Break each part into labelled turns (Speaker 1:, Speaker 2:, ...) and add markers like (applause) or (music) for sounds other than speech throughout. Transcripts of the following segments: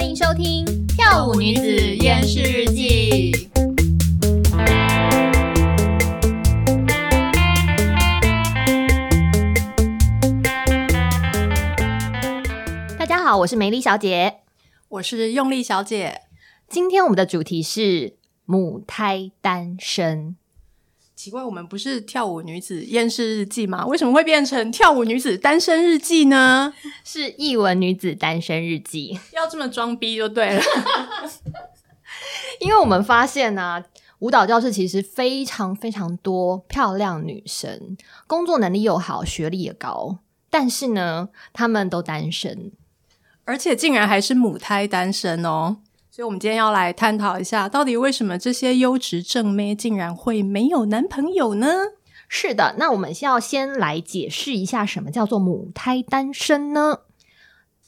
Speaker 1: 迎收听《跳舞女子厌世日记》。大家好，我是美丽小姐。
Speaker 2: 我是用力小姐。
Speaker 1: 今天我们的主题是母胎单身。
Speaker 2: 奇怪，我们不是跳舞女子厌世日记吗？为什么会变成跳舞女子单身日记呢？
Speaker 1: 是译文女子单身日记，
Speaker 2: 要这么装逼就对了。
Speaker 1: 因为我们发现呢、舞蹈教室其实非常非常多漂亮女生，工作能力又好，学历也高，但是呢，她们都单身。
Speaker 2: (laughs) 而且竟然还是母胎单身哦。所以，我们今天要来探讨一下，到底为什么这些优质正妹竟然会没有男朋友呢？
Speaker 1: 是的，那我们要先来解释一下什么叫做母胎单身呢？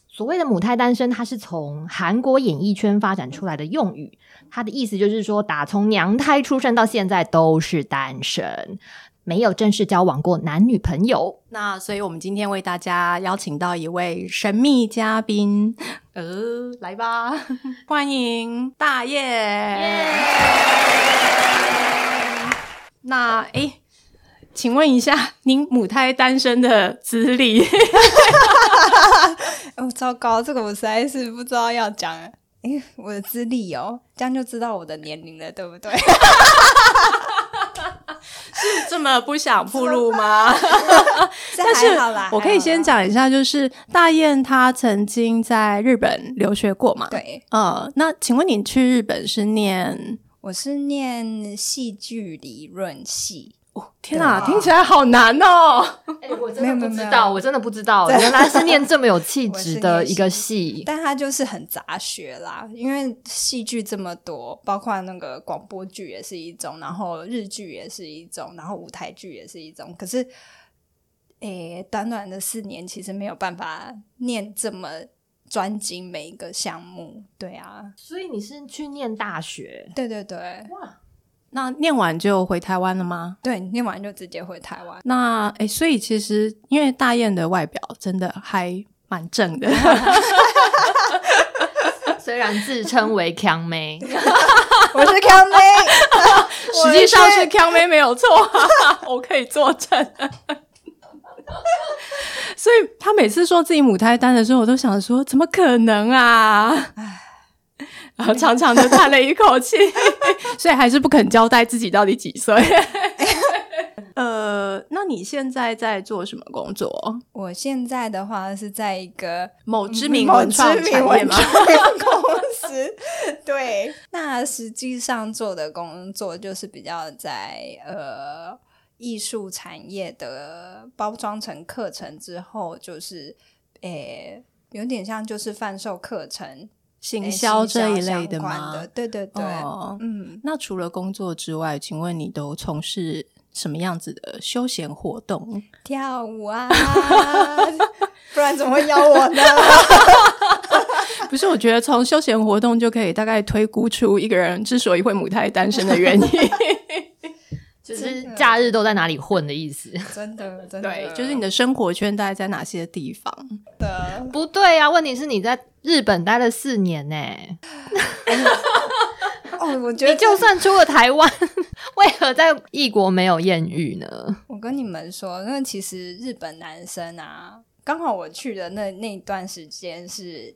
Speaker 1: 所谓的母胎单身，它是从韩国演艺圈发展出来的用语，它的意思就是说，打从娘胎出生到现在都是单身，没有正式交往过男女朋友。
Speaker 2: 那所以，我们今天为大家邀请到一位神秘嘉宾， (laughs) 呃，来吧，欢迎大叶。那诶，请问一下，您母胎单身的资 (laughs) 历？
Speaker 3: 哦，糟糕，这个我实在是不知道要讲。哎，我的资历哦，这样就知道我的年龄了，对不对？
Speaker 2: 这么不想铺路吗？(laughs)
Speaker 3: 这
Speaker 2: 但是
Speaker 3: 还好啦，
Speaker 2: 我可以先
Speaker 3: 还好啦。
Speaker 2: 讲一下，就是大雁她曾经在日本留学过嘛？。
Speaker 3: 嗯对，
Speaker 2: 呃，那请问你去日本是念？
Speaker 3: 我是念戏剧理论系，
Speaker 2: 哦，天
Speaker 3: 啊
Speaker 2: 啊，听起来好难哦！
Speaker 1: 哎我
Speaker 3: 没有
Speaker 1: 真
Speaker 3: 没
Speaker 1: 的
Speaker 3: 有
Speaker 1: 不
Speaker 3: 没
Speaker 1: 知
Speaker 3: 有
Speaker 1: 道，我真的不知道，
Speaker 3: 对
Speaker 1: 原来是念这么有气
Speaker 3: (laughs) 我是
Speaker 1: 质
Speaker 3: 念
Speaker 1: 的一个
Speaker 3: 戏
Speaker 1: 系。
Speaker 3: 但它就是很杂学啦，因为戏剧这么多，包括那个广播剧也是一种，然后日剧也是一种，然后舞台剧也是一种。可是，诶，短短的四年，其实没有办法念这么专精每一个项目。对啊，
Speaker 1: 所以你是去念大学？
Speaker 3: 对对对，
Speaker 2: 那念完就回台湾了吗？
Speaker 3: 对，念完就直接回台湾。
Speaker 2: 那诶，所以其实因为大雁的外表真的还蛮正的，
Speaker 1: (laughs) 虽然自称
Speaker 3: (laughs)
Speaker 1: 为强妹，
Speaker 3: 啊我是康
Speaker 2: (laughs)
Speaker 3: 妹，
Speaker 2: 实际上是康妹没有错， (laughs) 我可以作证。 (laughs) 所以她每次说自己母胎单的时候，我都想说，怎么可能啊？然后长长的叹了一口 (laughs) 气，所以还是不肯交代自己到底几岁。 (laughs) 呃，那你现在在做什么工作？
Speaker 3: 我现在的话是在一个
Speaker 2: 某知名
Speaker 3: 某
Speaker 2: 文
Speaker 3: 知
Speaker 2: 创
Speaker 3: 名
Speaker 2: 产业
Speaker 3: 文
Speaker 2: 吗
Speaker 3: 创？
Speaker 2: (laughs)
Speaker 3: 公司。对，那实际上做的工作就是比较在呃艺术产业的包装成课程之后，就是诶、有点像就是贩售课程、
Speaker 2: 行
Speaker 3: 诶
Speaker 2: 销
Speaker 3: 行
Speaker 2: 这一
Speaker 3: 相
Speaker 2: 类的
Speaker 3: 关
Speaker 2: 吗
Speaker 3: 的？嗯对对对，
Speaker 2: 哦
Speaker 3: 嗯。 (laughs)
Speaker 2: 那除了工作之外，请问你都从事什么样子的休闲活动？
Speaker 3: 跳舞啊，不然怎么会邀我呢？
Speaker 2: (laughs) 不是，我觉得从休闲活动就可以大概推估出一个人之所以会母胎单身的原因。 (laughs)
Speaker 1: 就是假日都在哪里混的意思？
Speaker 3: (laughs) 真的，真的，
Speaker 2: 对，就是你的生活圈大概在哪些地方？
Speaker 3: 的。
Speaker 1: 不对啊，问题是你在日本待了四年呢、
Speaker 3: 哦，我觉
Speaker 1: 你
Speaker 3: 得
Speaker 1: 就算出了台湾，为何在异国没有艳遇呢？
Speaker 3: 我跟你们说，那其实日本男生啊，刚好我去的那那一段时间是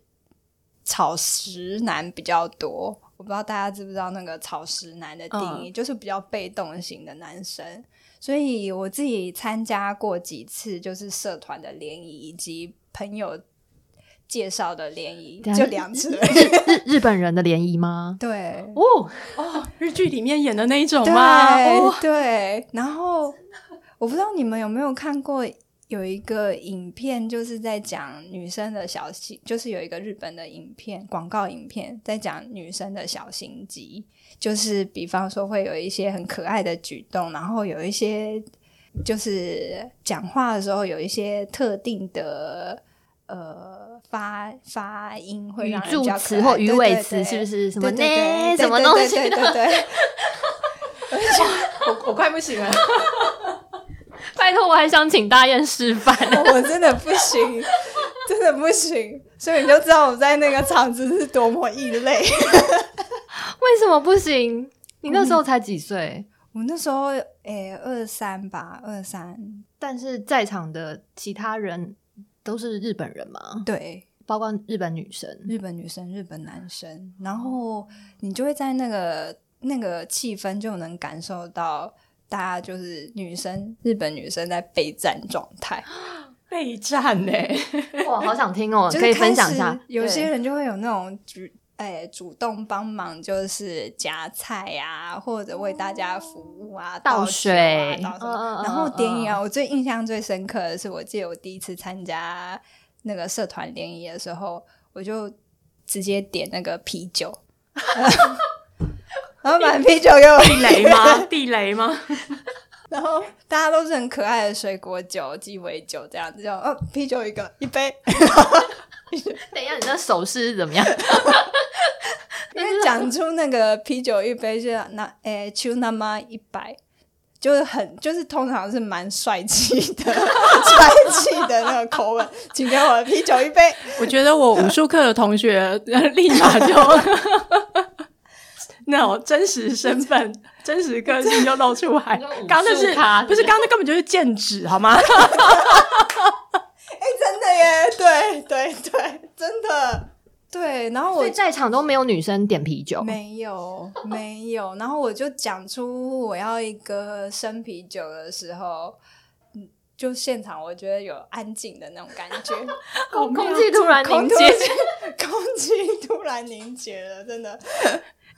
Speaker 3: 草食男比较多。我不知道大家知不知道那个草食男的定义，就是比较被动型的男生。所以我自己参加过几次，就是社团的联谊以及朋友介绍的联谊，
Speaker 1: 等下
Speaker 3: 就两次而已。
Speaker 1: 日 (laughs) 日本人的联谊吗？
Speaker 3: 对，
Speaker 1: 哦，
Speaker 2: (laughs) 日剧里面演的那一种
Speaker 3: 对
Speaker 2: 吗？ (laughs) 哦，
Speaker 3: 对，然后我不知道你们有没有看过有一个影片，就是在讲女生的小心，就是有一个日本的影片广告影片，在讲女生的小心机，就是比方说会有一些很可爱的举动，然后有一些就是讲话的时候有一些特定的。呃，发发音会
Speaker 1: 语
Speaker 3: 让人
Speaker 1: 助
Speaker 3: 比较
Speaker 1: 词
Speaker 3: 可
Speaker 1: 或
Speaker 3: 爱
Speaker 1: 语
Speaker 3: 对
Speaker 1: 尾
Speaker 3: 对
Speaker 1: 词是不
Speaker 3: 对
Speaker 1: 是什么
Speaker 3: 对
Speaker 1: 呢
Speaker 3: 对对？
Speaker 1: 什么
Speaker 3: 对
Speaker 1: 东
Speaker 3: 对
Speaker 1: 西 (laughs)
Speaker 3: 对
Speaker 1: 的？
Speaker 3: 对对
Speaker 2: 我我快不行了。
Speaker 1: 拜托，我还想请大雁示范。
Speaker 3: (laughs) 我真的不行，真的不行，所以你就知道我在那个场子是多么异类。
Speaker 1: 为什么不行？你那时候才几岁？
Speaker 3: 我那时候诶二三吧，二三
Speaker 1: 但是在场的其他人都是日本人嘛，
Speaker 3: 对，
Speaker 1: 包括日本女生。
Speaker 3: 日本女生、日本男生，然后你就会在那个那个气氛就能感受到。大家就是女生，日本女生在备战状态，
Speaker 2: (laughs) 备战呢、欸
Speaker 1: 哇，好想听 (laughs) 哦，
Speaker 3: 就是
Speaker 1: 可以
Speaker 3: 开
Speaker 1: 分
Speaker 3: 始
Speaker 1: 享一下。
Speaker 3: 有些
Speaker 1: 对
Speaker 3: 人就会有那种主，哎、主动帮忙，就是夹菜呀、啊，或者为大家服务啊，
Speaker 1: 倒
Speaker 3: 倒
Speaker 1: 水
Speaker 3: 酒啊，倒什
Speaker 1: 嗯嗯嗯
Speaker 3: 么然后联谊
Speaker 1: 嗯
Speaker 3: 啊，我最印象最深刻的是，我记得我第一次参加那个社团联谊的时候，我就直接点那个啤酒， (laughs) 然后把啤酒给我
Speaker 2: 地 (laughs) 雷吗？ (laughs) 地雷吗？
Speaker 3: 然后大家都是很可爱的水果酒、鸡尾酒这样子，就哦，啤酒一个一杯，
Speaker 1: 等一下，你那手势是怎么 (laughs) 样？
Speaker 3: 因为讲出那个啤酒一杯是那诶，秋那么一百，就是很就是通常是蛮帅气的 (laughs) 帅气的那个口吻，请给我啤酒一杯。
Speaker 2: 我觉得我武术课的同学立马就那种真实身份、真实个性就露出来
Speaker 1: 你说武术。
Speaker 2: 刚刚那是
Speaker 1: 咖
Speaker 2: 不是？刚刚那根本就是剑指，好吗？
Speaker 3: 哎，真的耶，对对对，真的对。然后
Speaker 1: 所
Speaker 3: 我
Speaker 1: 以在场都没有女生点啤酒，
Speaker 3: 没有没有，然后我就讲出我要一个生啤酒的时候，嗯，就现场我觉得有安静的那种感 (laughs) 觉。
Speaker 2: 好妙
Speaker 1: 空气突
Speaker 3: (laughs)
Speaker 1: 然凝
Speaker 3: 空
Speaker 1: 结。
Speaker 3: 气， (laughs) 空气突然凝结了，真的。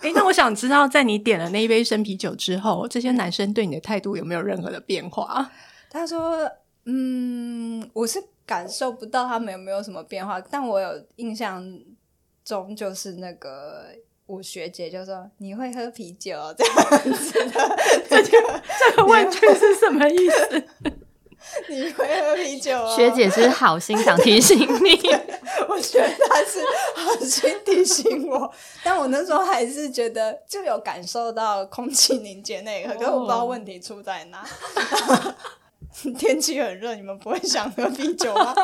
Speaker 2: 哎，那我想知道，在你点了那一杯生啤酒之后，这些男生对你的态度有没有任何的变化？ (laughs)
Speaker 3: 他说：“嗯，我是感受不到他们有没有什么变化，但我有印象中就是那个我学姐就说你会喝啤酒哦这样子的，这个
Speaker 2: 这个问句是什么意思？
Speaker 3: 你会喝啤酒、
Speaker 1: (laughs)
Speaker 3: 哦，(laughs)
Speaker 1: 学姐是好心想提醒你，
Speaker 3: 我觉得他是好心提醒我， (laughs) 但我那时候还是觉得就有感受到空气凝结那一刻，可是我不知道问题出在哪。 (laughs) 天气很热，你们不会想喝啤酒吗？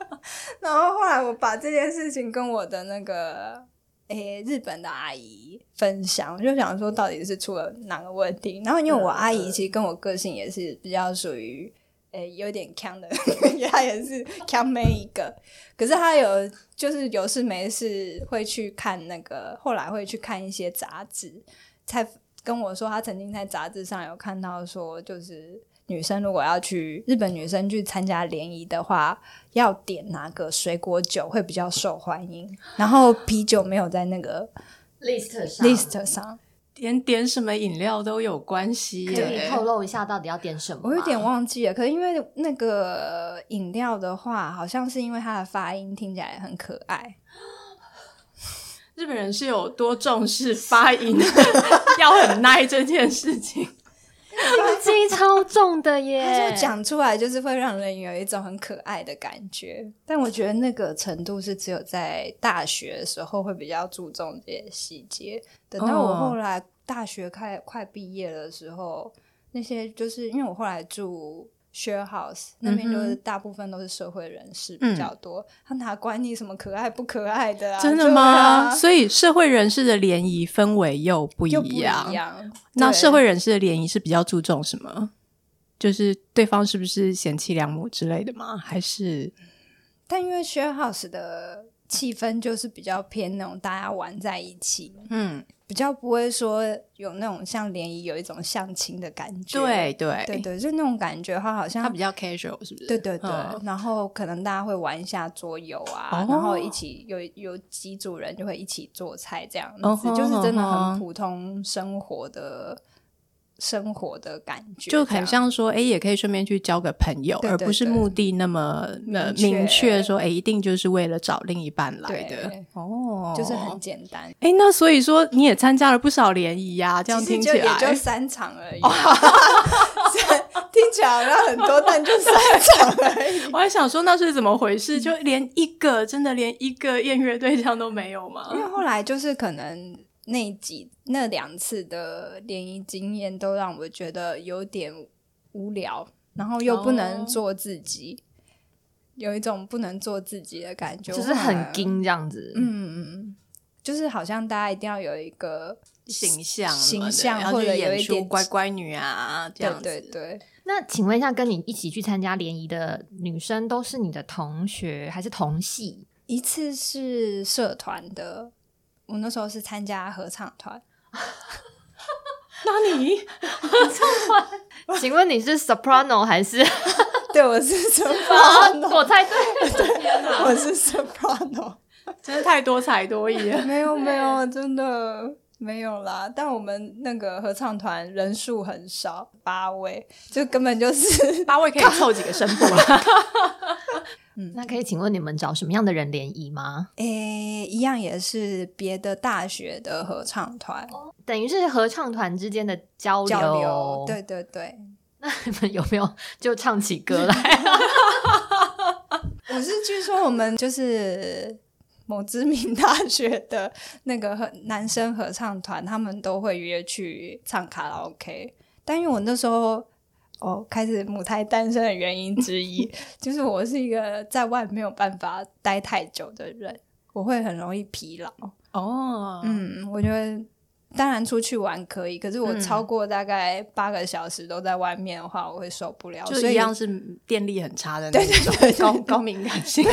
Speaker 3: (laughs) 然后后来我把这件事情跟我的那个诶、日本的阿姨分享，我就想说到底是出了哪个问题。然后因为我阿姨其实跟我个性也是比较属于诶、有点强的， (laughs) 她也是强妹一个。可是她有就是有事没事会去看那个，后来会去看一些杂志，才跟我说她曾经在杂志上有看到说就是。女生如果要去日本，女生去参加联谊的话，要点哪个水果酒会比较受欢迎？然后啤酒没有在那个
Speaker 1: (laughs) list 上
Speaker 3: list 上，
Speaker 2: 点点什么饮料都有关系
Speaker 1: 可以
Speaker 2: 耶，
Speaker 1: 透露一下到底要点什么吗？
Speaker 3: 我有点忘记了。可是因为那个饮料的话，好像是因为它的发音听起来很可爱，
Speaker 2: 日本人是有多重视发音， (laughs) 要很耐这件事情。
Speaker 1: 记忆超重的
Speaker 3: 它
Speaker 1: 耶
Speaker 3: 就，讲出来就是会让人有一种很可爱的感觉。但我觉得那个程度是只有在大学的时候会比较注重这些细节。等到我
Speaker 2: 哦
Speaker 3: 后来大学开快毕业的时候，那些就是因为我后来住 share house 那边，
Speaker 2: 嗯
Speaker 3: 就是大部分都是社会人士比较多，他哪管你什么可爱不可爱的啊？
Speaker 2: 真的
Speaker 3: 对
Speaker 2: 吗？
Speaker 3: 啊
Speaker 2: 所以社会人士的联谊氛围又不一
Speaker 3: 又不一
Speaker 2: 样。
Speaker 3: 样，
Speaker 2: 那
Speaker 3: 对
Speaker 2: 社会人士的联谊是比较注重什么？就是对方是不是贤妻良母之类的吗？还是
Speaker 3: 但因为 share house 的气氛就是比较偏那种大家玩在一起，
Speaker 2: 嗯，
Speaker 3: 比较不会说有那种像联谊有一种相亲的感觉。
Speaker 2: 对对
Speaker 3: 对，对，就那种感觉，它好像
Speaker 2: 他比较 casual 是不是？
Speaker 3: 对对对，
Speaker 2: 嗯
Speaker 3: 然后可能大家会玩一下桌游啊，
Speaker 2: 哦
Speaker 3: 然后一起有有几组人就会一起做菜这样子，
Speaker 2: 嗯哼
Speaker 3: 就是真的
Speaker 2: 嗯
Speaker 3: 很
Speaker 2: 哼
Speaker 3: 普通生活的生活的感觉这
Speaker 2: 就
Speaker 3: 样，
Speaker 2: 很像说，哎、也可以顺便去交个朋友，
Speaker 3: 对对
Speaker 2: 而不是目的那么呃
Speaker 3: 明确
Speaker 2: 明确说，哎、一定就是为了找另一半来的。
Speaker 3: 对，
Speaker 2: 哦，
Speaker 3: 就是很简单。
Speaker 2: 哎、那所以说你也参加了不少联谊呀，这样
Speaker 3: 其实
Speaker 2: 听起
Speaker 3: 就也就
Speaker 2: 来，哦
Speaker 3: 三场而已， (laughs) 听起来好像很多，但就三场而已。
Speaker 2: (laughs) 我还想说那是怎么回事？就连一个真的连一个宴乐对象都没有
Speaker 3: 因为
Speaker 2: 吗？
Speaker 3: 后来就是可能那几那两次的联谊经验都让我觉得有点无聊，然后又不能
Speaker 2: 哦
Speaker 3: 做自己，有一种不能做自己的感觉，
Speaker 1: 就是
Speaker 3: 我后
Speaker 1: 很
Speaker 3: 来
Speaker 1: 硬这样子。
Speaker 3: 嗯，嗯，就是好像大家一定要有一个，
Speaker 2: 形象了
Speaker 3: 形象
Speaker 2: 对要去
Speaker 3: 或者有
Speaker 2: 演
Speaker 3: 一
Speaker 2: 出
Speaker 3: 点
Speaker 2: 乖乖女啊这
Speaker 3: 对
Speaker 2: 样子。
Speaker 3: 对对，
Speaker 1: 那请问一下，跟你一起去参加联谊的女生都是你的同学还是同
Speaker 3: (laughs)
Speaker 1: 系？
Speaker 3: 一次是社团的，我那时候是参加合唱团， (laughs)
Speaker 2: 那你
Speaker 1: 请问你是 soprano 还
Speaker 3: (laughs)
Speaker 1: 是？
Speaker 3: 对我是
Speaker 1: 我
Speaker 3: soprano，
Speaker 1: 猜对，
Speaker 3: 我是 soprano，
Speaker 2: 真是太多才多艺了。
Speaker 3: (laughs) 没有没有，真的没有啦。但我们那个合唱团人数很少，八位，就根本就
Speaker 2: (laughs)
Speaker 3: 是
Speaker 2: 八位可以凑几个声部啊？
Speaker 1: 那可以请问你们找什么样的人联谊吗？
Speaker 3: (laughs) 诶、一样也是别的大学的合唱团
Speaker 1: 等于是合唱团之间的交流。
Speaker 3: 交流，对对对，
Speaker 1: 那你们有没有就唱起歌
Speaker 3: (laughs)
Speaker 1: 来？
Speaker 3: 我是据说我们就是某知名大学的那个合男生合唱团，他们都会约去唱卡拉 OK。但因为我那时候哦开始母胎单身的原因之一，
Speaker 2: (laughs)
Speaker 3: 就是我是一个在外没有办法待太久的人，我会很容易疲劳。
Speaker 2: (laughs) 哦，
Speaker 3: 嗯，我觉得。当然出去玩可以，可是我
Speaker 2: 嗯
Speaker 3: 超过大概八个小时都在外面的话，我会受不了。
Speaker 2: 就
Speaker 3: 所以
Speaker 2: 一样是电力很差的那种，高高敏感性。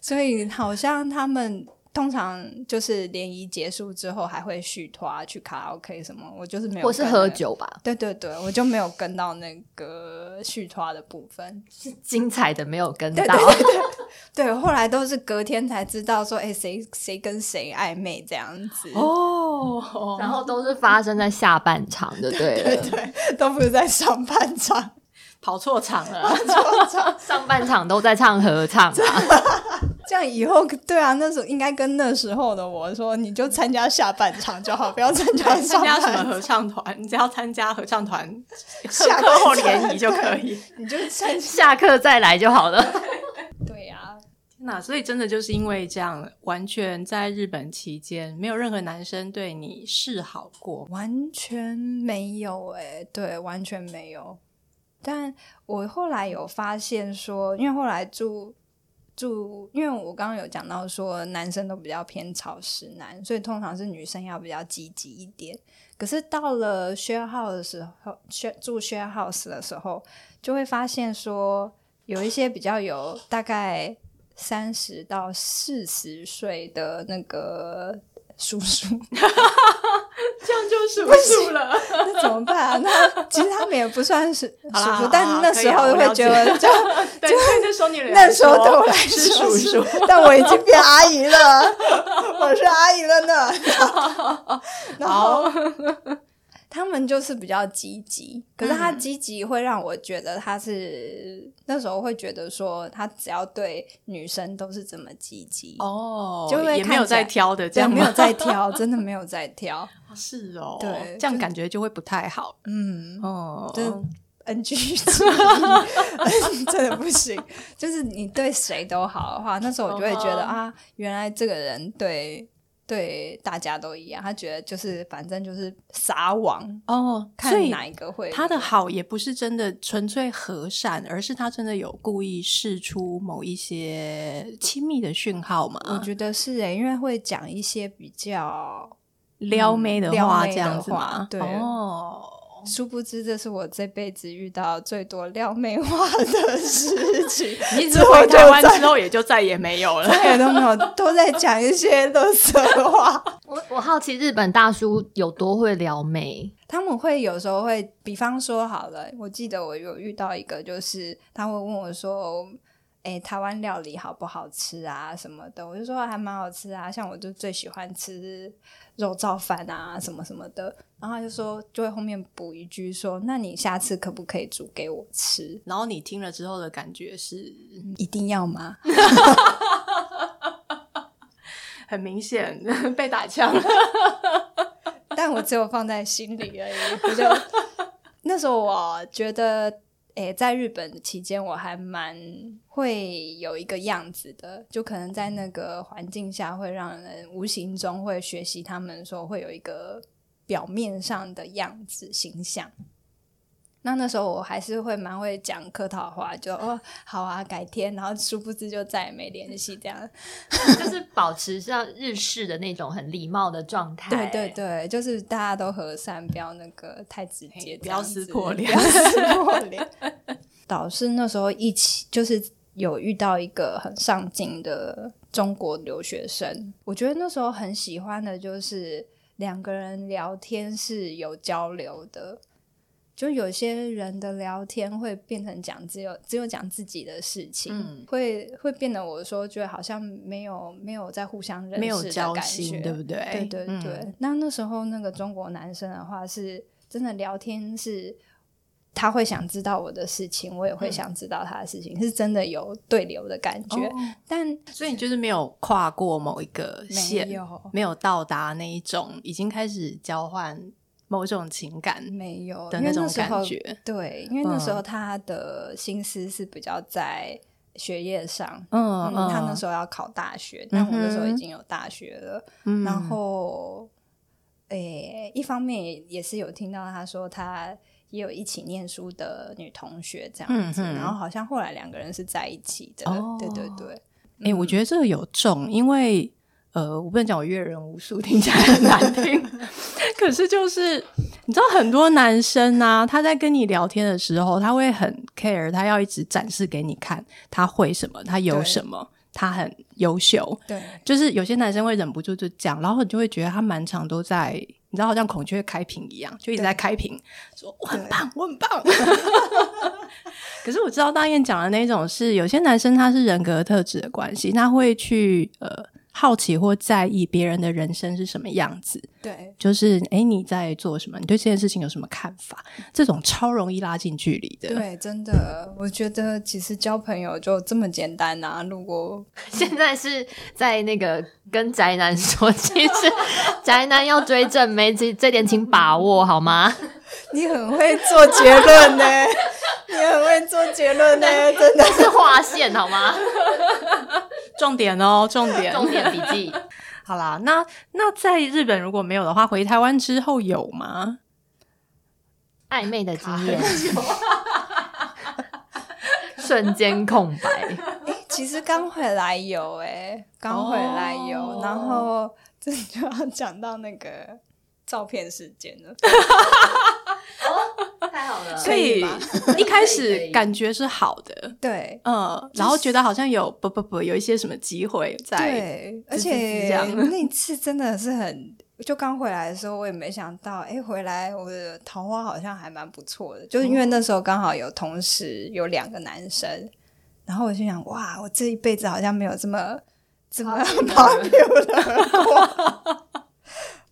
Speaker 3: 所以好像他们通常就是联谊结束之后还会续拖啊去卡拉 OK 什么，我就是没有，
Speaker 1: 或是喝。酒吧，
Speaker 3: 对对对，我就没有跟到那个续拖的部分。
Speaker 1: 精彩的没有跟
Speaker 3: 对
Speaker 1: 到。
Speaker 3: 对对对，对后来都是隔天才知道说，哎，谁谁跟谁暧昧这样子，
Speaker 2: (laughs) 哦
Speaker 1: (laughs) 然后都是发生在下半场就
Speaker 3: (laughs)
Speaker 1: 对了，
Speaker 3: 都不是在上半场。
Speaker 2: 跑错场 (laughs) 了。
Speaker 1: 上半场都在唱合
Speaker 3: (laughs)
Speaker 1: 唱啊。
Speaker 3: 这样以后对啊，那时候应该跟那时候的我说，你就参加下半场就好，不要参加
Speaker 2: 参
Speaker 3: 上
Speaker 2: 加
Speaker 3: 半
Speaker 2: 什么
Speaker 3: 场，
Speaker 2: 合唱团？你只要参加合唱团
Speaker 3: 下
Speaker 2: 课后
Speaker 3: 半场
Speaker 2: 联谊就可以。
Speaker 3: 你就参加。
Speaker 1: 下课再来就好了。
Speaker 3: 对啊呀、
Speaker 2: 天哪！所以真的就是因为这样，完全在日本期间，没有任何男生对你示好过。
Speaker 3: 完全没有哎、对，完全没有。但我后来有发现说，因为后来住住，因为我刚刚有讲到说，男生都比较偏草食男，所以通常是女生要比较积极一点。可是到了 share house 的时候，share- 住 share house 的时候，就会发现说，有一些比较有大概三十到四十岁的那个叔叔，
Speaker 2: 这样就数数了。 (laughs)
Speaker 3: (laughs) 那怎么办啊？那其实他们也不算是
Speaker 2: 好啦
Speaker 3: 叔
Speaker 2: 好
Speaker 3: 叔
Speaker 2: 啦，
Speaker 3: 但
Speaker 2: 好啦
Speaker 3: 那
Speaker 2: 可以
Speaker 3: 时
Speaker 2: 啊
Speaker 3: 候
Speaker 2: 我
Speaker 3: 会
Speaker 2: 了
Speaker 3: 觉
Speaker 2: 解
Speaker 3: 得，就 (laughs)
Speaker 2: 对，所以这时候你的
Speaker 3: 那时候对我来
Speaker 2: 是
Speaker 3: 说
Speaker 2: 叔叔，
Speaker 3: 但我已经变阿姨了，我是阿姨了
Speaker 2: (laughs)
Speaker 3: 呢。然后
Speaker 2: 好，
Speaker 3: 他们就是比较积极，可是他
Speaker 2: 嗯
Speaker 3: 积极会让我觉得他是、那时候会觉得说，他只要对女生都是这么积极，
Speaker 2: 哦，
Speaker 3: 就会
Speaker 2: 也没有
Speaker 3: 看起来
Speaker 2: 在挑的，这
Speaker 3: 对，
Speaker 2: 样
Speaker 3: 没有
Speaker 2: 吗
Speaker 3: 在挑，真的没有在挑，
Speaker 2: (laughs) 是哦，
Speaker 3: 对
Speaker 2: 这样
Speaker 3: 就
Speaker 2: 感觉就会不太好
Speaker 3: 嗯。
Speaker 2: 哦。
Speaker 3: 就是 NG (laughs) 之一 (laughs) 真的不行。就是你对谁都好的话，那时候我就会觉得、
Speaker 2: 嗯哼
Speaker 3: 啊，原来这个人对对大家都一样，他觉得就是反正就是撒网，
Speaker 2: 哦，所
Speaker 3: 看
Speaker 2: 以
Speaker 3: 哪一个会
Speaker 2: 他的好也不是真的纯粹和善，而是他真的有故意试出某一些亲密的讯号嘛？
Speaker 3: 我觉得是欸诶、因为会讲一些比
Speaker 2: 哦
Speaker 3: 较，
Speaker 2: 嗯撩妹的
Speaker 3: 撩
Speaker 2: 话
Speaker 3: 妹
Speaker 2: 这样
Speaker 3: 的
Speaker 2: 子
Speaker 3: 话
Speaker 2: 嘛？
Speaker 3: 对
Speaker 2: 哦，
Speaker 3: 殊不知这是我这辈子遇到最多撩妹话的事
Speaker 2: (laughs)
Speaker 3: 情。
Speaker 2: 你只
Speaker 3: 之后
Speaker 2: 回台
Speaker 3: 就
Speaker 2: 湾
Speaker 3: 再
Speaker 2: 之后也就再也没有了。
Speaker 3: 再也都没有，都在讲一些垃圾话。
Speaker 1: 我我好奇日本大叔有多会撩妹，
Speaker 3: 他们会有时候会，比方说好了，我记得我有遇到一个，就是他会问我说：“哎、台湾料理好不好吃啊？什么的？”我就说还蛮好吃啊，像我就最喜欢吃肉燥饭啊，什么什么的。然后他就说，就会后面补一句说：“那你下次可不可以煮给我吃？
Speaker 2: (laughs) 然后你听了之后的感觉
Speaker 3: (laughs)
Speaker 2: 是
Speaker 3: 一定要吗？”
Speaker 2: 很明
Speaker 3: (laughs)
Speaker 2: 显被打枪了，
Speaker 3: 但我只有放在心里而已。我就那时候我觉得，诶、在日本期间我还蛮会有一个样子的，就可能在那个环境下会让人无形中会学习他们说会有一个表面上的样子形象。那那时候我还是会蛮会讲客套话，就哦好啊，改天，然后殊不知就再也没联系这样。
Speaker 1: 就是保持像日式的那种很礼貌的状态。
Speaker 3: 对对对，就是大家都和善，不要那个太直接，
Speaker 2: 不要撕破脸
Speaker 3: 不要
Speaker 2: (laughs)
Speaker 3: 撕破脸。导师那时候一起就是有遇到一个很上进的中国留学生，我觉得那时候很喜欢的就是两个人聊天是有交流的。就有些人的聊天会变成讲只有只有讲自己的事情，
Speaker 2: 嗯
Speaker 3: 会会变得我说觉得好像没有没有在互相认识
Speaker 2: 没有
Speaker 3: 的
Speaker 2: 交
Speaker 3: 感觉
Speaker 2: 心，对不对？嗯
Speaker 3: 对对对。那那时候那个中国男生的话是真的聊天是。他会想知道我的事情，我也会想知道他的事情，是真的有对流的感觉。
Speaker 2: 哦
Speaker 3: 但
Speaker 2: 所以你就是没有跨过某一个线，
Speaker 3: 没有
Speaker 2: 没有到达那一种已经开始交换某种情感
Speaker 3: 没有
Speaker 2: 的
Speaker 3: 因为
Speaker 2: 那种
Speaker 3: 时候
Speaker 2: 感觉。
Speaker 3: 对，因为那时候
Speaker 2: 嗯
Speaker 3: 他的心思是比较在学业上，
Speaker 2: 嗯
Speaker 3: 嗯，他那时候要考大学，但我那时候
Speaker 2: 嗯
Speaker 3: 已
Speaker 2: 哼
Speaker 3: 经有大学了。
Speaker 2: 候
Speaker 3: 然后，诶、一方面也也是有听到他说他也有一起念书的女同学这样
Speaker 2: 嗯
Speaker 3: 子，
Speaker 2: 哼
Speaker 3: 然后好像后来两个人是在一起的。
Speaker 2: 哦
Speaker 3: 对对对，
Speaker 2: 哎、我觉得这个有中，因为呃，我不能讲我阅人无数，听起来很难听。可是就是你知道，很多男生啊，他在跟你聊天的时候，他会很 care，他要一直展示给你看他会什么，他有
Speaker 3: 对
Speaker 2: 什么，他很优秀。
Speaker 3: 对
Speaker 2: 就是有些男生会忍不住就讲，然后你就会觉得他满场都在，你知道，好像孔雀开屏一样，就一直在开屏，说我很棒，我很棒。可是我知道大雁讲的那种是，有些男生他是人格特质的关系，他会去呃好奇或在意别人的人生是什么样子，
Speaker 3: (laughs)
Speaker 2: (laughs)
Speaker 3: 对
Speaker 2: 就是诶你在做什么，你对这件事情有什么看法，这种超容易拉近距离的。
Speaker 3: 对， (laughs) 真的，我觉得其实交朋友就这么简单啊。如果
Speaker 1: 现在是在那个跟宅男说，其实宅男要追正妹，这这点请把握好
Speaker 3: (laughs)
Speaker 1: 吗？
Speaker 3: 你很会 (laughs) 做结论呢、 (laughs) 你很会做结论
Speaker 2: (laughs)
Speaker 3: 呢、真的。
Speaker 1: 这是划线好吗？
Speaker 2: 重点哦，重点，
Speaker 1: 重点笔记。
Speaker 2: 好啦，那那在日本如果没有的话，回台湾之后有吗？
Speaker 1: 暧昧的经验，瞬间空白。
Speaker 3: 其实刚回来有哎、刚回来有，
Speaker 2: 哦
Speaker 3: 然后这就要讲到那个照片事件了。
Speaker 1: 太好
Speaker 3: (laughs)
Speaker 1: 了
Speaker 2: 所
Speaker 3: 以
Speaker 2: 以 (laughs)
Speaker 3: 吧
Speaker 2: 一开
Speaker 1: 可
Speaker 2: 始
Speaker 1: 以
Speaker 2: 感觉是好的，
Speaker 3: 对
Speaker 2: 嗯，然后觉得好像有不不不有一些什么机会在，
Speaker 3: 对，而
Speaker 2: 滋滋滋这
Speaker 3: 且
Speaker 2: 样
Speaker 3: 那一次真的是很，就刚回来的时候，我也没想到，哎、回来我的桃花好像还蛮不错的，就是因
Speaker 2: 哦
Speaker 3: 为那时候刚好有同时有两个男生，然后我就想，哇，我这一辈子好像没有这么这么
Speaker 2: 哦
Speaker 3: popular 过。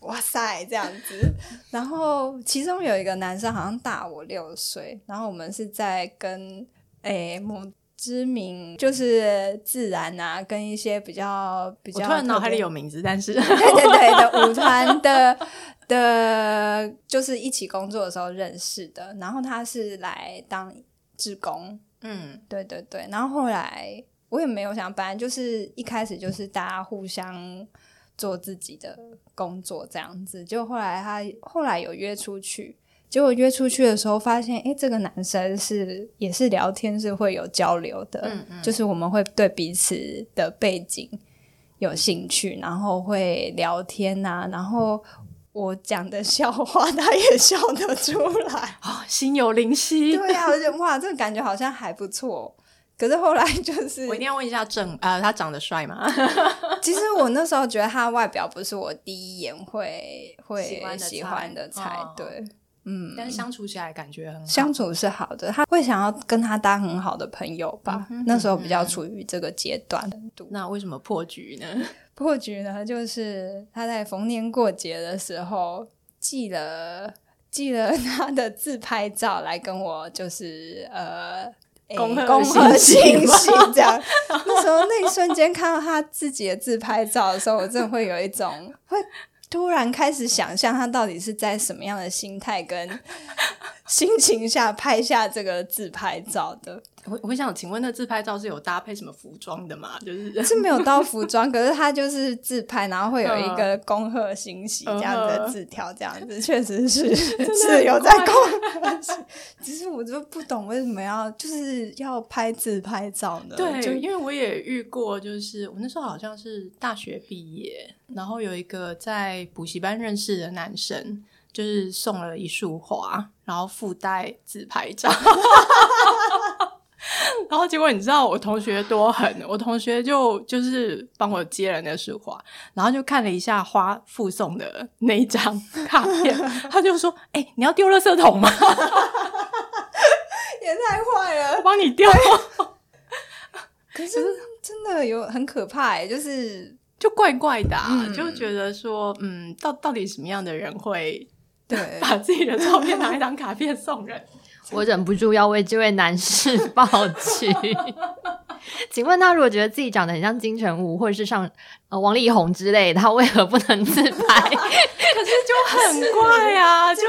Speaker 3: 哇塞，这样子。然后其中有一个男生好像大我六岁，然后我们是在跟诶某知名就是自然啊，跟一些比较比
Speaker 2: 我
Speaker 3: 较
Speaker 2: 突然脑海里有
Speaker 3: 特
Speaker 2: 名字，但是
Speaker 3: 别 (laughs) 对对对的舞团的的，就是一起工作的时候认识的。然后他是来当志工，
Speaker 2: (laughs) 嗯，
Speaker 3: 对对对，然后后来我也没有想，本来就是一开始就是大家互相做自己的工作这样子，就后来他后来有约出去，结果约出去的时候发现，诶，这个男生是也是聊天是会有交流的，
Speaker 2: 嗯
Speaker 3: 就是我们会对彼此的背景有兴趣，然后会聊天呐、然后。我讲的笑话，他也笑得出来。
Speaker 2: 哦，心有灵犀。
Speaker 3: 对啊呀、我就哇，这个感觉好像还不错。哦可是后来就是
Speaker 2: 我一，定要问一下郑，呃，他长得帅吗？
Speaker 3: 嗯其实我那时候觉得他的外表不是我第一眼会会喜
Speaker 2: 喜
Speaker 3: 欢
Speaker 2: 欢的
Speaker 3: 的
Speaker 2: 菜
Speaker 3: 菜，
Speaker 2: 哦
Speaker 3: 对，嗯，
Speaker 2: 但是相处起来感觉很好。
Speaker 3: 相处是好的，他会想要跟他当很好的朋友吧。
Speaker 2: 嗯哼
Speaker 3: 那时候比较处于这个阶段。
Speaker 2: 那为什么破局呢？
Speaker 3: (laughs) 破局呢，就是他在逢年过节的时候寄了寄了他的自拍照来跟我，就是呃。诶
Speaker 2: 恭贺
Speaker 3: 恭贺
Speaker 2: 信息
Speaker 3: 信
Speaker 2: 吗
Speaker 3: 息，这样。那时候那一瞬间看到他自己的自拍照的时候，我真的会有一种会突然开始想象他到底是在什么样的心态跟心情下拍下这个自拍照的。
Speaker 2: 我我想请问，那自拍照是有搭配什么服装的吗？就是
Speaker 3: 是没有到服装，可是他就是自拍，然后会有
Speaker 2: 嗯
Speaker 3: 一个恭贺新喜这样的字条，这样子确实是是有在恭贺新喜。只是我就不懂为什么要就是要拍自拍照呢？就
Speaker 2: 对，因为我也遇过，就是我那时候好像是大学毕业，然后有一个在补习班认识的男生，就是送了一束花，然后附带自拍照。 (laughs) 然后结果你知道我同学多狠，我同学就就是帮我接了那束花，然后就看了一下花附送的那一张 (laughs) 卡片，他就说：“哎、你要丢垃圾桶吗？”
Speaker 3: 也太坏
Speaker 2: 我
Speaker 3: 了。
Speaker 2: 帮你丢。
Speaker 3: 可是真的有很可怕、欸，就是
Speaker 2: 就怪怪的、啊，
Speaker 3: 嗯
Speaker 2: 就觉得说，嗯，到到底什么样的人会
Speaker 3: 对
Speaker 2: 把自己的照片拿来当卡片送人？
Speaker 1: 我忍不住要为这位男士
Speaker 2: (laughs)
Speaker 1: 抱屈。 (laughs) 请问他如果觉得自己长得很像金城武，或者是像呃王力宏之类，他为何不能自拍？ (laughs)
Speaker 2: 可是就很怪 (laughs) 啊，就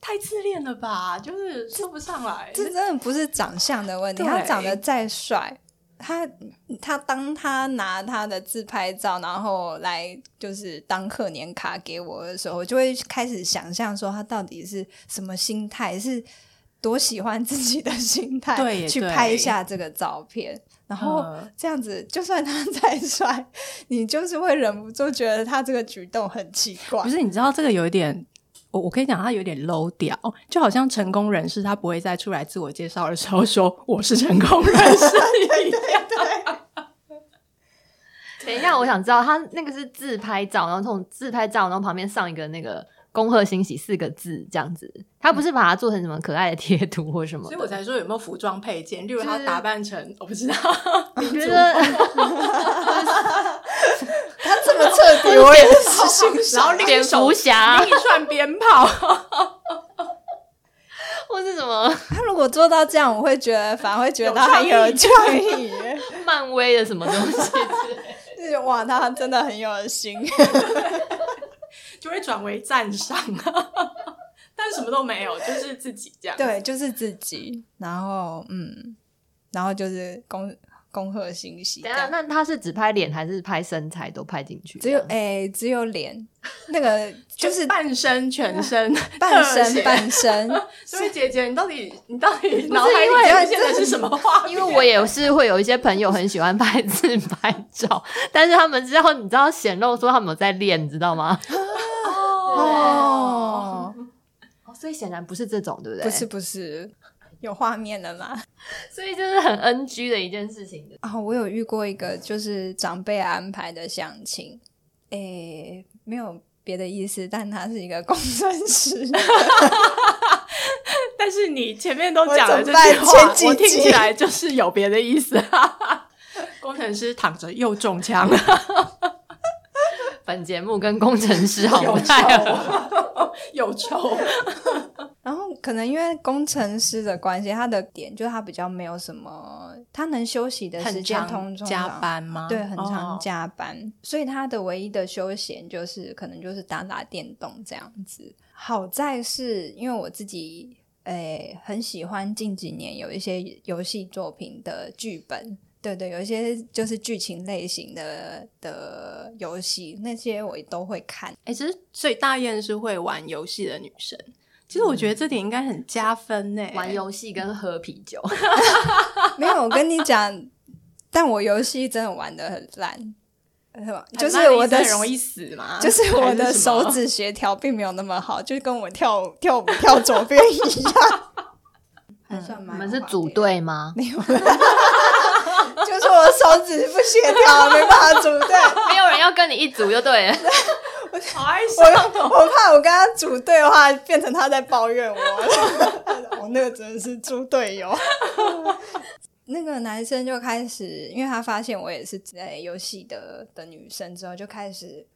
Speaker 2: 太自恋了吧，就是说不上来。
Speaker 3: 这真的不是长相的问题，
Speaker 2: 对
Speaker 3: 他长得再帅，他他当他拿他的自拍照，然后来就是当贺年卡给我的时候，我就会开始想象说他到底是什么心态，是多喜欢自己的心态，
Speaker 2: 对
Speaker 3: 去
Speaker 2: 对
Speaker 3: 拍下这个照片。然后
Speaker 2: 嗯
Speaker 3: 这样子，就算他 (laughs) 再帅，你就是会忍不住觉得他这个举动很奇怪
Speaker 2: 不。是，你知道这个有一点，我我可以讲，他有点 low 屌，就好像成功人士他不会在出来自我介绍的时候说我是成功人士一样。
Speaker 1: 等一下，我想知道他那个是自拍照，然后从自拍照，然后旁边上一个那个“恭贺新喜”四个字这样子，他不是把它做成什么可爱的贴图或什么
Speaker 2: (laughs) 所
Speaker 1: 的？
Speaker 2: 以我才说有没有服装配件，例如他
Speaker 1: 就是
Speaker 2: 打扮 (laughs) 成我不知道，
Speaker 1: 我 (laughs) 觉得
Speaker 3: 他这么
Speaker 2: (laughs)
Speaker 3: 彻底，我也是欣赏。
Speaker 2: 然后另一
Speaker 1: 蝙
Speaker 2: 手
Speaker 1: 蝠侠
Speaker 2: 另一串鞭炮。
Speaker 1: 或是什么
Speaker 3: 他如果做到这样，我会觉得反而会觉得他很有
Speaker 2: 有
Speaker 3: 创意 (laughs) 耶，
Speaker 1: 漫威的什么东
Speaker 2: (laughs)
Speaker 1: 西之类的。
Speaker 3: 就是哇，他真的很有心。
Speaker 2: 就会转为赞赏， (laughs) 但什么都没有，就是自己这样。，
Speaker 3: 对，就是自己，然后嗯，然后就是恭恭贺新喜这
Speaker 1: 等一下，
Speaker 3: 样。
Speaker 1: 那他是只拍脸还是拍身材都拍进去？啊
Speaker 3: 只有哎、只有脸， (laughs) 那个就是
Speaker 2: 半身全身
Speaker 3: (laughs) 半
Speaker 2: 特写
Speaker 3: 身半身， (laughs)
Speaker 2: 所以姐姐，你到底你到底脑
Speaker 1: 因
Speaker 2: 海
Speaker 1: 为
Speaker 2: 里出现的是什么
Speaker 3: (laughs)
Speaker 2: 画面？
Speaker 1: 因为我也是会有一些朋友很喜欢拍自拍照，但是他们知道你知道显露说他们有在练，你知道吗？
Speaker 3: 哦，
Speaker 1: 哦，所以显然不是这种，对不对？
Speaker 3: 不是，不是，有画面了吗？
Speaker 1: 所以这是很 NG 的一件事情的。
Speaker 3: 啊、我有遇过一个就是长辈安排的相亲，诶，没有别的意思，但他是一个工程师。
Speaker 2: 但是你前面都讲了这句
Speaker 3: 我怎么
Speaker 2: 话，
Speaker 3: 办前
Speaker 2: 我
Speaker 3: 几集
Speaker 2: 听起来就是有别的意思。 (laughs) 工程师躺着又中枪，
Speaker 3: (laughs)
Speaker 1: 本节目跟工程师好不太合。
Speaker 2: (laughs) 有仇。
Speaker 3: 然后可能因为工程师的关系，他的点就是他比较没有什么，他能休息的时
Speaker 2: 很
Speaker 3: 间通
Speaker 2: 常
Speaker 3: 常
Speaker 2: 加，班吗？
Speaker 3: 对，很常
Speaker 2: 哦。
Speaker 3: 加班，所以他的唯一的休闲就是可能就是打打电动这样子。好在是因为我自己诶、很喜欢近几年有一些游戏作品的剧本。对对，有一些就是剧情类型的的游戏，那些我都会看。
Speaker 2: 哎、其实所以大雁是会玩游戏的女生，其实我觉得这点应该很加分呢、
Speaker 1: 玩游戏跟喝啤酒，
Speaker 2: (laughs)
Speaker 3: 没有，我跟你讲，但我游戏真的玩的很烂，呃 (laughs) 就是
Speaker 2: 很烂
Speaker 3: 我
Speaker 2: 你真
Speaker 3: 的
Speaker 2: 很容易死嘛，
Speaker 3: (laughs) 就是我
Speaker 2: 还
Speaker 3: 的
Speaker 2: 是什么
Speaker 3: 手指协调并没有那么好，就跟我跳舞跳舞跳左边一样。 (laughs) 还算
Speaker 1: 你
Speaker 3: 蛮
Speaker 1: 们是组，队吗？
Speaker 3: 没有啦，就是我手指不协调，没办法组队。
Speaker 1: (laughs) 没有人要跟你一组就对了。
Speaker 2: (laughs) 好哀
Speaker 3: (laughs) 我
Speaker 2: 伤哦。
Speaker 3: 我怕我跟他组队的话，变成他在抱 (laughs) 怨我。我哦那个真的是猪队友。 (laughs) 那个男生就开始，因为他发现我也是在游戏的的女生之后，就开始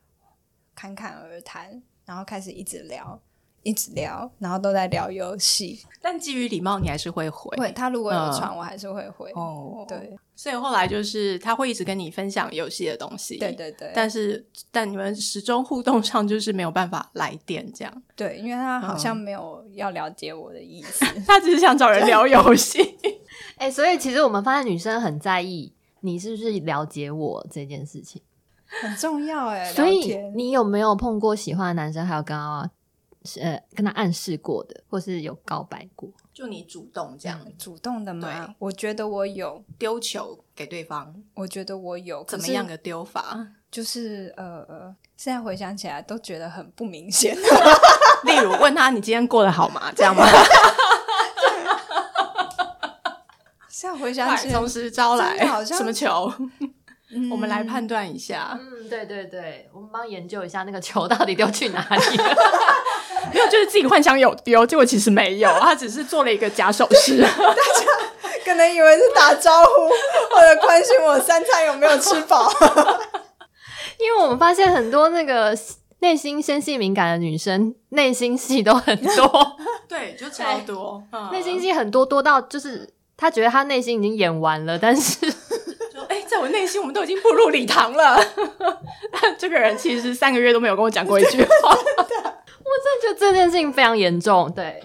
Speaker 3: 侃侃而谈，然后开始一直聊，一直聊，然后都在聊游戏。
Speaker 2: 但基于礼貌，你还是会回。
Speaker 3: 会，他如果有
Speaker 2: 嗯
Speaker 3: 传，我还是会回。
Speaker 2: 哦，
Speaker 3: 对
Speaker 2: 所以后来就是他会一直跟你分享游戏的东西，
Speaker 3: 对对对，
Speaker 2: 但是但你们始终互动上就是没有办法来电这样，
Speaker 3: 对，因为他好像没有要了解我的意 (laughs) 思。
Speaker 2: 他只是想找人聊游戏。
Speaker 1: (laughs) 哎、所以其实我们发现女生很在意你是不是了解我这件事情。
Speaker 3: 很重要哎、
Speaker 1: 所
Speaker 3: 聊
Speaker 1: 以
Speaker 3: 天
Speaker 1: 你有没有碰过喜欢的男生，还有跟他呃跟他暗示过的，或是有告白过？
Speaker 2: 就你主动这样
Speaker 3: 主动的吗
Speaker 2: 对？
Speaker 3: 我觉得我有，
Speaker 2: 丢球给对方，
Speaker 3: 我觉得我有，
Speaker 2: 怎么
Speaker 3: 可是
Speaker 2: 样的丢法？
Speaker 3: 就是呃，现在回想起来都觉得很不
Speaker 2: (laughs)
Speaker 3: 明显。
Speaker 2: (laughs) 例如问他你今天过得好吗？这样吗？
Speaker 3: 现在回想起来，
Speaker 2: 从实招来
Speaker 3: 真的好，像
Speaker 2: 什么球？
Speaker 3: 嗯
Speaker 2: 我们来判断一下。
Speaker 1: 嗯，对对对，我们帮研究一下那个球到底丢去哪里了。 (laughs)
Speaker 2: 没有，就是自己幻想有丢，结果其实没有，他只是做了一个假手势。
Speaker 3: 可能以为是打招呼或者关心我三餐有没有吃
Speaker 2: (laughs)
Speaker 3: 饱。
Speaker 1: 因为我们发现很多那个内心纤细敏感的女生，内心戏都很 (laughs) 多，
Speaker 2: (laughs) 对，就超多。嗯
Speaker 1: 内心戏很多多到就是她觉得她内心已经演完了，但是 (laughs)
Speaker 2: 就哎，在我内心，我们都已经步入礼堂了。 (laughs) 但这个人其实三个月都没有跟我讲过一句话。
Speaker 1: 就这件事情非常严重。对，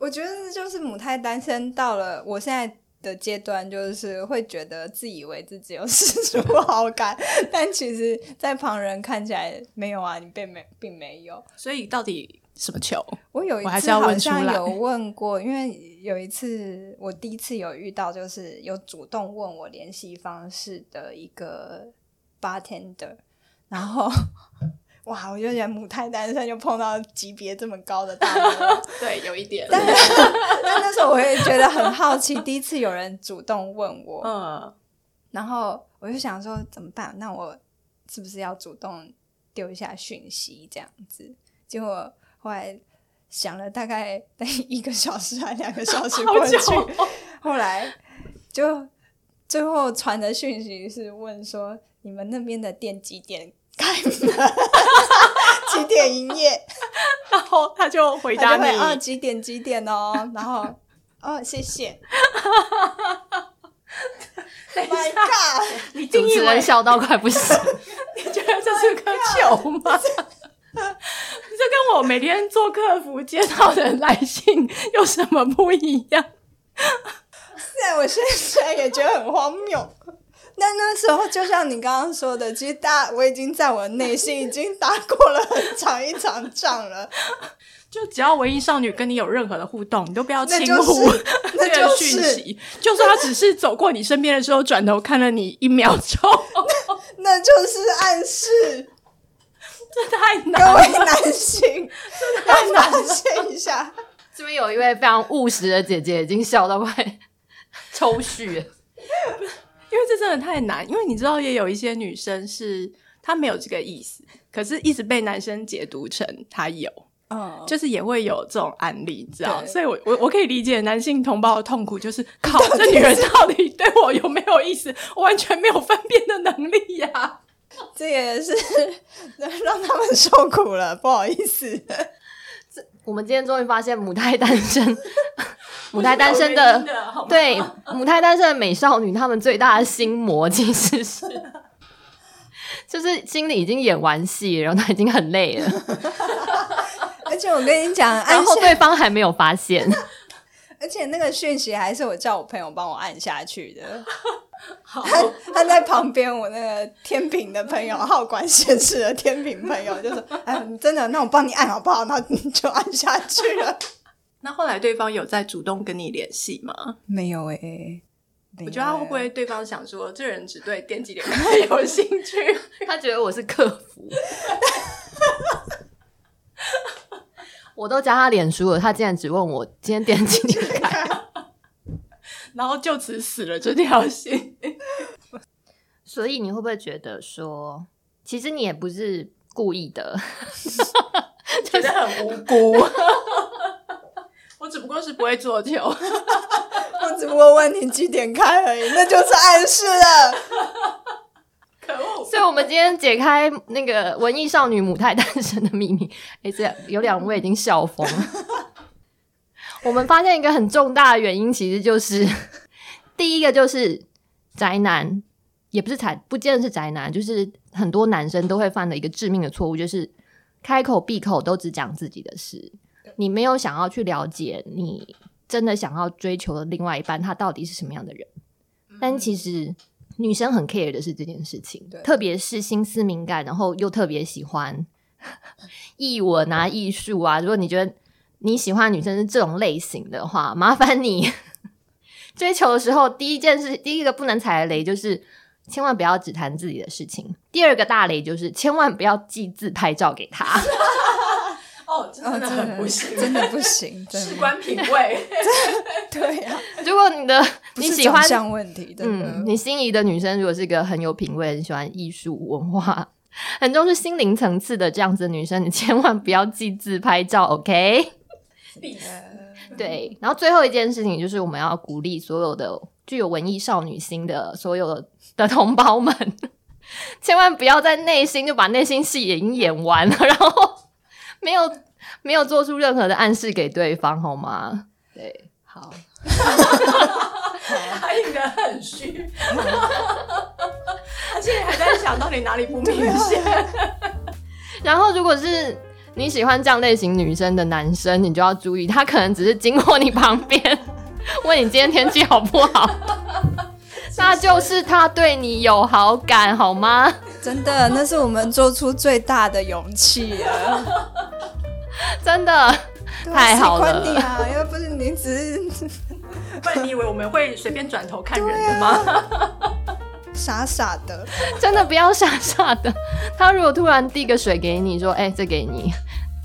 Speaker 3: 我觉得这就是母胎单身到了我现在。的阶段就是会觉得自以为自己有世俗好感，但其实，在旁人看起来没有啊，你并没并没有。
Speaker 2: (laughs) 所以到底什么球？
Speaker 3: 我有一
Speaker 2: 我还是
Speaker 3: 次
Speaker 2: 要
Speaker 3: 好
Speaker 2: 问出
Speaker 3: 像
Speaker 2: 来
Speaker 3: 有问过，因为有一次我第一次有遇到，就是有主动问我联系方式的一个 bartender，然
Speaker 2: (laughs)
Speaker 3: 后哇，我就觉得母胎单身就碰到级别这么高的大佬，
Speaker 2: 对，有一点。
Speaker 3: (laughs) 但是 (laughs) 但那时候我也觉得很好奇，第一次有人主动问我，
Speaker 2: 嗯， (laughs)
Speaker 3: 然后我就想说怎么办？那我是不是要主动丢一下讯息这样子？结果后来想了大概一个小时还两个小时过
Speaker 2: 好
Speaker 3: 去，
Speaker 2: 久哦。
Speaker 3: 后来就最后传的讯息是问说你们那边的店几点开门？ (laughs) 几点营业？
Speaker 2: 然后他就嗯回答
Speaker 3: 他就
Speaker 2: 你
Speaker 3: 会哦几点几点哦，然后哦
Speaker 2: (laughs)
Speaker 3: 谢谢。My God！
Speaker 2: (laughs) 你定
Speaker 1: 主
Speaker 2: 义
Speaker 1: 持
Speaker 2: 为
Speaker 1: 人笑到快不行。 (laughs)
Speaker 2: 你
Speaker 3: Oh
Speaker 2: 觉啊得这是颗球吗？这跟我每天做客服接到的来信有什么不一样？
Speaker 3: 虽然我现在也觉得很荒谬，但那时候就像你刚刚说的，其实大我已经在我内心已经打过了很长一场仗了，
Speaker 2: 就只要文艺少女跟你有任何的互动，你都不要轻
Speaker 3: 那
Speaker 2: 忽、
Speaker 3: 就是那
Speaker 2: 这个
Speaker 3: 就
Speaker 2: 讯
Speaker 3: 是
Speaker 2: 息。就算他只是走过你身边的时候，转头看了你一秒
Speaker 3: (laughs)
Speaker 2: 钟，
Speaker 3: 那就是暗示
Speaker 2: 这太
Speaker 3: 各
Speaker 2: 难了。
Speaker 3: 位男性要反省一下。
Speaker 1: 这边有一位非常务实的姐姐，已经笑到快抽搐了。
Speaker 2: 因为这真的太难，因为你知道，也有一些女生是她没有这个意思，可是一直被男生解读成她有，
Speaker 3: 嗯，
Speaker 2: 就是也会有这种案例，你知道？
Speaker 3: 对
Speaker 2: 所以我我我可以理解男性同胞的痛苦， (laughs) 就是靠这女人到底对我有没有意思，我完全没有分辨的能力呀、
Speaker 3: 这也是让他们受苦了，不好意思。
Speaker 1: 我们今天终于发现母胎单 (laughs) 身，母胎单身的
Speaker 2: 不是有原因的好吗
Speaker 1: (laughs) 对母胎单身的美少女，她们最大的心魔其实是，就是心里已经演完戏，然后她已经很累了，
Speaker 3: 而且我跟你讲，
Speaker 1: 然
Speaker 3: 暗
Speaker 1: 后
Speaker 3: 示，
Speaker 1: 对方还没有发现。
Speaker 3: 而且那个讯息还是我叫我朋友帮我按下去的。他他在旁边，我那个天平的朋友，好管闲事的天平朋友就说：“哎，你真的，那我帮你按好不好？”然后你就按下去了。
Speaker 2: 那后来对方有在主动跟你联系吗？
Speaker 3: 没有哎、
Speaker 2: 我觉得他会不会对方想说，这人只对电击点开有兴趣？ (laughs)
Speaker 1: 他觉得我是客服。我都加他脸书了，他竟然只问我今天点击点开。
Speaker 2: 然后就此死了这条心。
Speaker 1: (laughs) 所以你会不会觉得说，其实你也不是故意的？
Speaker 2: (laughs) 觉得很无辜。我只不过是不会做球，
Speaker 3: 欸我只不过问你几点开而已，那就是暗示了。
Speaker 2: (laughs) 可恶！
Speaker 1: 所以，我们今天解开那个文艺少女母胎单身的秘密。 (laughs) 哎，这有两位已经笑疯了。我们发现一个很重大的原因，其实就是第一个就是宅男，也不是宅，不见得是宅男，就是很多男生都会犯的一个致命的错误，就是开口闭口都只讲自己的事，你没有想要去了解你真的想要追求的另外一半他到底是什么样的人。但其实女生很 care 的是这件事情
Speaker 3: 对，
Speaker 1: 特别是心思敏感，然后又特别喜欢 (laughs) 艺文啊、艺术啊。如果你觉得你喜欢的女生是这种类型的话，麻烦你 (laughs) 追求的时候，第一件事，第一个不能踩的雷就是。千万不要只谈自己的事情。第二个大雷就是，千万不要寄自拍照给
Speaker 3: (laughs)
Speaker 1: 他。
Speaker 2: 哦，这真的很不行，
Speaker 3: 真的不行，真
Speaker 2: 事
Speaker 3: 的
Speaker 2: 关品味。
Speaker 3: 对呀、啊，
Speaker 1: 如果你的
Speaker 3: 不
Speaker 1: 你
Speaker 3: 是
Speaker 1: 喜欢
Speaker 3: 长相问题，真的。
Speaker 1: 嗯，你心仪的女生如果是个很有品味、很喜欢艺术文化、 (laughs) 很重视心灵层次的这样子的女生，你千万不要寄自拍照，OK？对。然后最后一件事情就是，我们要鼓励所有的具有文艺少女心的所有的同胞们， (laughs) 千万不要在内心就把内心戏已经演完了，然后没有没有做出任何的暗示给对方，好吗？对，好。
Speaker 2: 他应该很 (laughs) 虚，而且还在想到底哪里不明显。
Speaker 1: 然后，如果是你喜欢这样类型女生的男生，你就要注意，他可能只是经过你旁边， (laughs) 问你今天天气好不好，那就是他对你有好感，好吗？
Speaker 3: 真的，那是我们做出最大的勇气了。
Speaker 1: 真的
Speaker 3: 对啊
Speaker 1: 太好
Speaker 3: 谁管你
Speaker 1: 了，
Speaker 3: 啊！要不是你只是
Speaker 2: 不然你以为我们会随便转头看人的吗？
Speaker 3: 傻傻的，
Speaker 1: 真的不要傻傻的。他如果突然递个水给你，说：“哎、这给你。”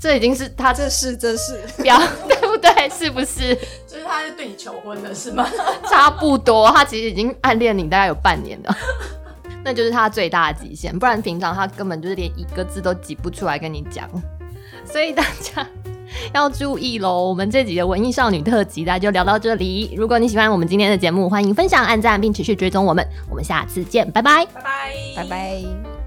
Speaker 1: 这已经是他
Speaker 3: 这是这是，
Speaker 1: 表， (laughs) 对不对？是不是
Speaker 2: 就是他是对你求婚的是吗？
Speaker 1: 差不多？他其实已经暗恋你大概有半年了。 (laughs) 那就是他最大的极限，不然平常他根本就是连一个字都挤不出来跟你讲。所以大家要注意喽。我们这集的文艺少女特辑，大家就聊到这里。如果你喜欢我们今天的节目，欢迎分享、按赞，并持续追踪我们。我们下次见，拜拜。
Speaker 2: 拜拜，
Speaker 3: 拜。拜。